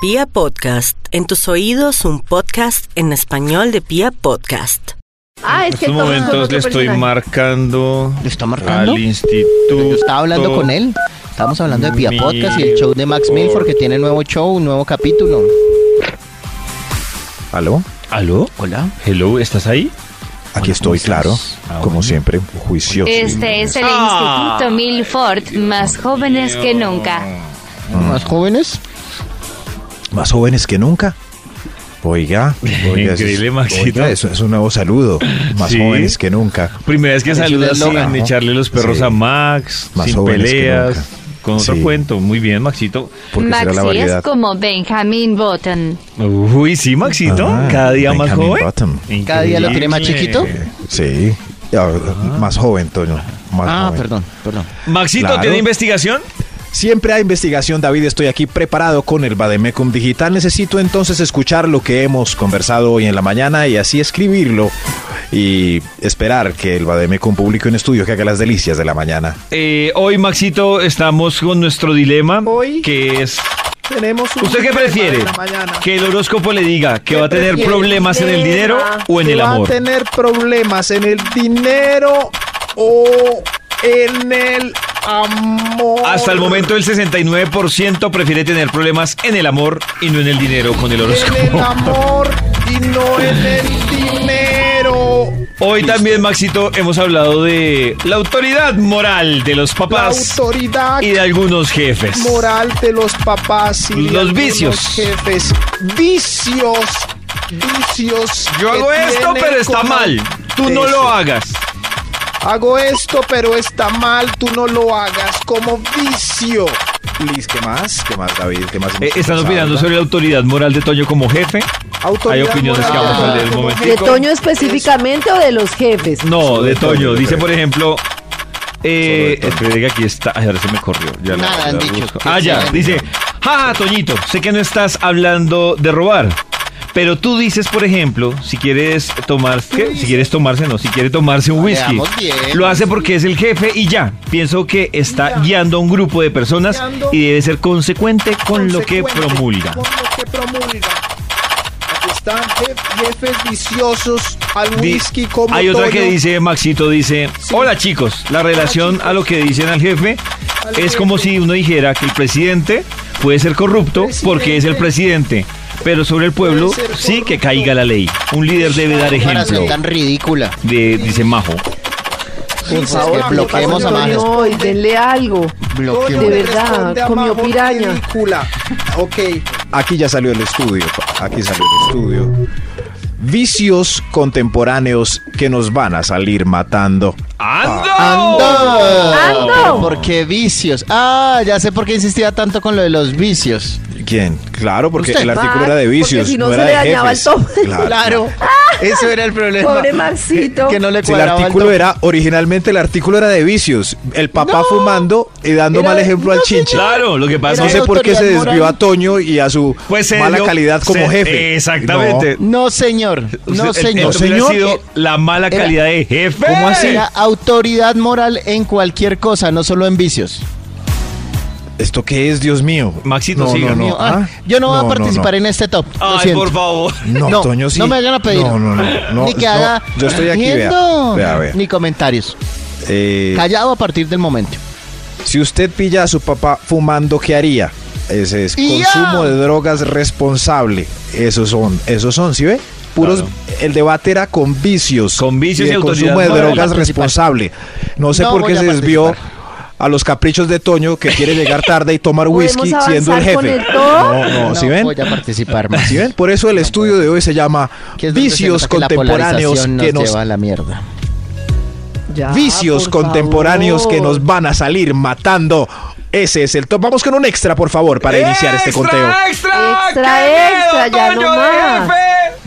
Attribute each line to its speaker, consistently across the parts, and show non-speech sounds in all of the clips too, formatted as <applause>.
Speaker 1: Pia Podcast, en tus oídos un podcast en español de Pia Podcast.
Speaker 2: Ah,
Speaker 3: En estos momentos le estoy marcando
Speaker 4: ¿Le está marcando?
Speaker 3: al instituto.
Speaker 4: Yo estaba hablando con él. Estábamos hablando de Pia
Speaker 3: Mi-
Speaker 4: Podcast y el show de Max Milford que tiene nuevo show, un nuevo capítulo.
Speaker 5: ¿Aló?
Speaker 3: ¿Aló?
Speaker 4: Hola.
Speaker 3: Hello, ¿estás ahí?
Speaker 5: Aquí estoy, claro.
Speaker 3: Ah,
Speaker 5: Como
Speaker 3: bueno.
Speaker 5: siempre, juicioso.
Speaker 2: Este es el
Speaker 3: Ah,
Speaker 2: Instituto Milford, más jóvenes que nunca.
Speaker 4: ¿Más jóvenes?
Speaker 5: Más jóvenes que nunca. Oiga, oiga, eso es-
Speaker 3: Increíble, Maxito.
Speaker 5: oiga, eso es un nuevo saludo. Más
Speaker 3: Sí.
Speaker 5: jóvenes que nunca.
Speaker 3: Primera vez que
Speaker 4: Parece
Speaker 3: saludas
Speaker 4: una loca,
Speaker 3: sin
Speaker 4: ¿no?
Speaker 3: echarle los perros
Speaker 5: Sí.
Speaker 3: a Max,
Speaker 5: Más
Speaker 3: sin
Speaker 5: jóvenes que
Speaker 3: peleas,
Speaker 5: nunca.
Speaker 3: con otro
Speaker 5: Sí.
Speaker 3: cuento. Muy bien, Maxito.
Speaker 5: Porque será la
Speaker 2: Maxi es
Speaker 5: variedad.
Speaker 2: como Benjamin Button.
Speaker 3: Uy, sí, Maxito.
Speaker 5: Ah,
Speaker 3: cada día más
Speaker 5: Benjamin
Speaker 3: joven.
Speaker 5: Button.
Speaker 4: Cada día lo tiene más
Speaker 3: Increíble.
Speaker 4: chiquito.
Speaker 5: Sí. Ah, Más joven, Toño. Más
Speaker 4: Ah,
Speaker 5: joven.
Speaker 4: perdón, perdón.
Speaker 3: Maxito,
Speaker 5: Claro.
Speaker 3: ¿tiene investigación?
Speaker 5: Siempre hay investigación, David. Estoy aquí preparado con el Bademecum Digital. Necesito entonces escuchar lo que hemos conversado hoy en la mañana y así escribirlo y esperar que el Bademecum Público en Estudio que haga las delicias de la mañana.
Speaker 3: Eh, hoy, Maxito, estamos con nuestro dilema,
Speaker 5: Hoy.
Speaker 3: que es...
Speaker 5: Tenemos un
Speaker 3: ¿Usted qué
Speaker 5: dilema
Speaker 3: prefiere?
Speaker 5: en la mañana.
Speaker 3: ¿Que el horóscopo le diga que va a tener
Speaker 5: prefiere?
Speaker 3: problemas en el dinero o en
Speaker 5: ¿Que
Speaker 3: el
Speaker 5: va
Speaker 3: amor?
Speaker 5: a tener problemas en el dinero o en el amor?
Speaker 3: Hasta el momento el 69% prefiere tener problemas en el amor y no en el dinero con el
Speaker 5: En el
Speaker 3: horóscopo.
Speaker 5: amor y no en el dinero.
Speaker 3: <laughs> Hoy también, Maxito, hemos hablado de la autoridad moral de los
Speaker 5: La
Speaker 3: papás
Speaker 5: autoridad
Speaker 3: y de algunos jefes.
Speaker 5: moral de los papás y de
Speaker 3: Los
Speaker 5: algunos
Speaker 3: vicios.
Speaker 5: jefes. Vicios. Vicios.
Speaker 3: Yo
Speaker 5: que
Speaker 3: hago esto,
Speaker 5: tienen
Speaker 3: pero está
Speaker 5: con
Speaker 3: mal. Tú no
Speaker 5: eso.
Speaker 3: lo hagas.
Speaker 5: Hago esto, pero está mal. Tú no lo hagas como vicio. Liz, ¿qué más? ¿Qué más, David? ¿Qué más?
Speaker 3: Eh, están opinando sobre la autoridad moral de Toño como jefe. Hay opiniones que vamos a leer un momento.
Speaker 6: ¿De Toño específicamente o de los jefes?
Speaker 3: No, de Toño.
Speaker 5: Toño,
Speaker 3: Dice,
Speaker 5: creo.
Speaker 3: por ejemplo. Eh,
Speaker 5: Solo de Toño.
Speaker 3: espere, aquí está. Ay, ahora se me corrió. Ya la-
Speaker 4: Nada
Speaker 3: la
Speaker 4: han dicho.
Speaker 3: busco. Ah, ya. Dice, ja, ja, Toñito, sé que no estás hablando de robar. Pero tú dices, por ejemplo, si quieres tomar, ¿qué? si quieres tomarse, no, si quiere tomarse un whisky,
Speaker 4: Veamos bien.
Speaker 3: lo hace porque es el jefe y ya. Pienso que está guiando a un grupo de personas y debe ser consecuente con lo que promulga.
Speaker 5: Con lo que promulga. Aquí están jef- jefes viciosos al
Speaker 3: Di-
Speaker 5: whisky como
Speaker 3: Hay otra que
Speaker 5: Toño.
Speaker 3: dice, Maxito dice, hola chicos, la relación a lo que dicen al jefe es como si uno dijera que el presidente puede ser corrupto porque es el presidente, pero sobre el pueblo
Speaker 5: Puede ser
Speaker 3: sí que
Speaker 5: corrupto.
Speaker 3: caiga la ley. Un líder debe dar
Speaker 4: Para ser
Speaker 3: ejemplo,
Speaker 4: tan ridícula.
Speaker 3: de- dice Majo.
Speaker 4: Por favor,
Speaker 5: Majo,
Speaker 4: bloqueemos a
Speaker 5: Toño,
Speaker 4: Majes.
Speaker 6: No, y denle algo.
Speaker 4: Bloqueemos.
Speaker 6: De verdad, comió piraña.
Speaker 5: Ok. Aquí ya salió el estudio. Aquí salió el estudio. Vicios contemporáneos que nos van a salir matando.
Speaker 3: ¡Ando!
Speaker 4: ¡Ando!
Speaker 6: ¡Ando!
Speaker 4: Pero ¿Por qué vicios? Ah, ya sé por qué insistía tanto con lo de los vicios.
Speaker 5: ¿Quién? Claro, porque
Speaker 4: Usted.
Speaker 5: el artículo
Speaker 6: Ah,
Speaker 5: era de
Speaker 6: porque
Speaker 5: vicios.
Speaker 6: si no
Speaker 5: no
Speaker 6: se
Speaker 5: era
Speaker 6: le
Speaker 5: de
Speaker 6: dañaba el
Speaker 5: jefes. <laughs>
Speaker 6: tope.
Speaker 4: Claro. Eso era el problema.
Speaker 6: Pobre Maxito.
Speaker 4: Que, que no le
Speaker 5: Si el
Speaker 4: cuadraba el
Speaker 5: artículo
Speaker 4: tope.
Speaker 5: era, originalmente el artículo era de vicios. El papá fumando y dando
Speaker 6: Era-
Speaker 5: mal ejemplo al
Speaker 6: no,
Speaker 5: chinche.
Speaker 3: Claro, lo que pasa
Speaker 5: No
Speaker 3: es
Speaker 5: sé por qué se
Speaker 4: autoridad
Speaker 5: desvió
Speaker 4: moral.
Speaker 5: a Toño y a su
Speaker 3: Pues se
Speaker 5: mala
Speaker 3: dio-
Speaker 5: calidad como
Speaker 3: se-
Speaker 5: jefe.
Speaker 3: exactamente.
Speaker 4: No, señor. No,
Speaker 3: Usted- el- el-
Speaker 4: señor.
Speaker 3: hubiera
Speaker 5: señor.
Speaker 3: sido la mala
Speaker 4: Era-
Speaker 3: calidad de jefe.
Speaker 5: ¿Cómo así?
Speaker 4: Era autoridad moral en cualquier cosa, no solo en vicios.
Speaker 5: No. ¿Esto qué es, Dios mío?
Speaker 3: Maxito,
Speaker 5: no,
Speaker 3: siga.
Speaker 5: no, no.
Speaker 4: Ah,
Speaker 5: ¿Ah?
Speaker 4: Yo no voy a
Speaker 5: no,
Speaker 4: participar
Speaker 5: no.
Speaker 4: en este top. lo
Speaker 3: Ay,
Speaker 4: siento.
Speaker 3: por favor.
Speaker 5: No,
Speaker 4: No,
Speaker 5: Toño, sí.
Speaker 4: no me vayan a pedir.
Speaker 5: No, no, no. no,
Speaker 4: ni que
Speaker 5: no.
Speaker 4: haga.
Speaker 5: Yo estoy aquí, vea.
Speaker 4: riendo,
Speaker 5: Vea, vea.
Speaker 4: Ni comentarios.
Speaker 5: Eh,
Speaker 4: Callado a partir del momento.
Speaker 5: si usted pilla a su papá fumando, ¿qué haría? Ese es
Speaker 4: ¡Ya!
Speaker 5: consumo de drogas responsable. Esos son, esos son, ¿sí ve? Puros, el debate era con vicios.
Speaker 3: Con vicios y
Speaker 5: el
Speaker 3: autoridad
Speaker 5: consumo de
Speaker 3: moral.
Speaker 5: drogas
Speaker 4: Voy a participar.
Speaker 5: responsable. No sé
Speaker 4: No
Speaker 5: por qué
Speaker 4: voy a
Speaker 5: se desvió a los caprichos de Toño que quiere llegar tarde y tomar
Speaker 6: ¿Podemos
Speaker 5: whisky siendo
Speaker 6: avanzar
Speaker 5: el jefe.
Speaker 6: con el top?
Speaker 5: no, no, ¿sí ven?
Speaker 4: voy a participar más.
Speaker 5: ¿Sí ven? Por eso el estudio de hoy se llama
Speaker 4: Que es donde se
Speaker 5: Vicios
Speaker 4: nota que la
Speaker 5: contemporáneos
Speaker 4: polarización
Speaker 5: que nos
Speaker 4: lleva a Ah, la mierda.
Speaker 6: Ya,
Speaker 5: vicios
Speaker 6: por
Speaker 5: contemporáneos
Speaker 6: favor.
Speaker 5: que nos van a salir matando. Ese es el top. Vamos con un extra, por favor, para iniciar este
Speaker 3: ¡Extra,
Speaker 5: conteo.
Speaker 3: ¡Extra,
Speaker 6: Extra,
Speaker 3: ¡Qué
Speaker 6: extra,
Speaker 3: miedo,
Speaker 6: ya
Speaker 3: Toño
Speaker 6: no
Speaker 3: de
Speaker 6: más!
Speaker 3: jefe!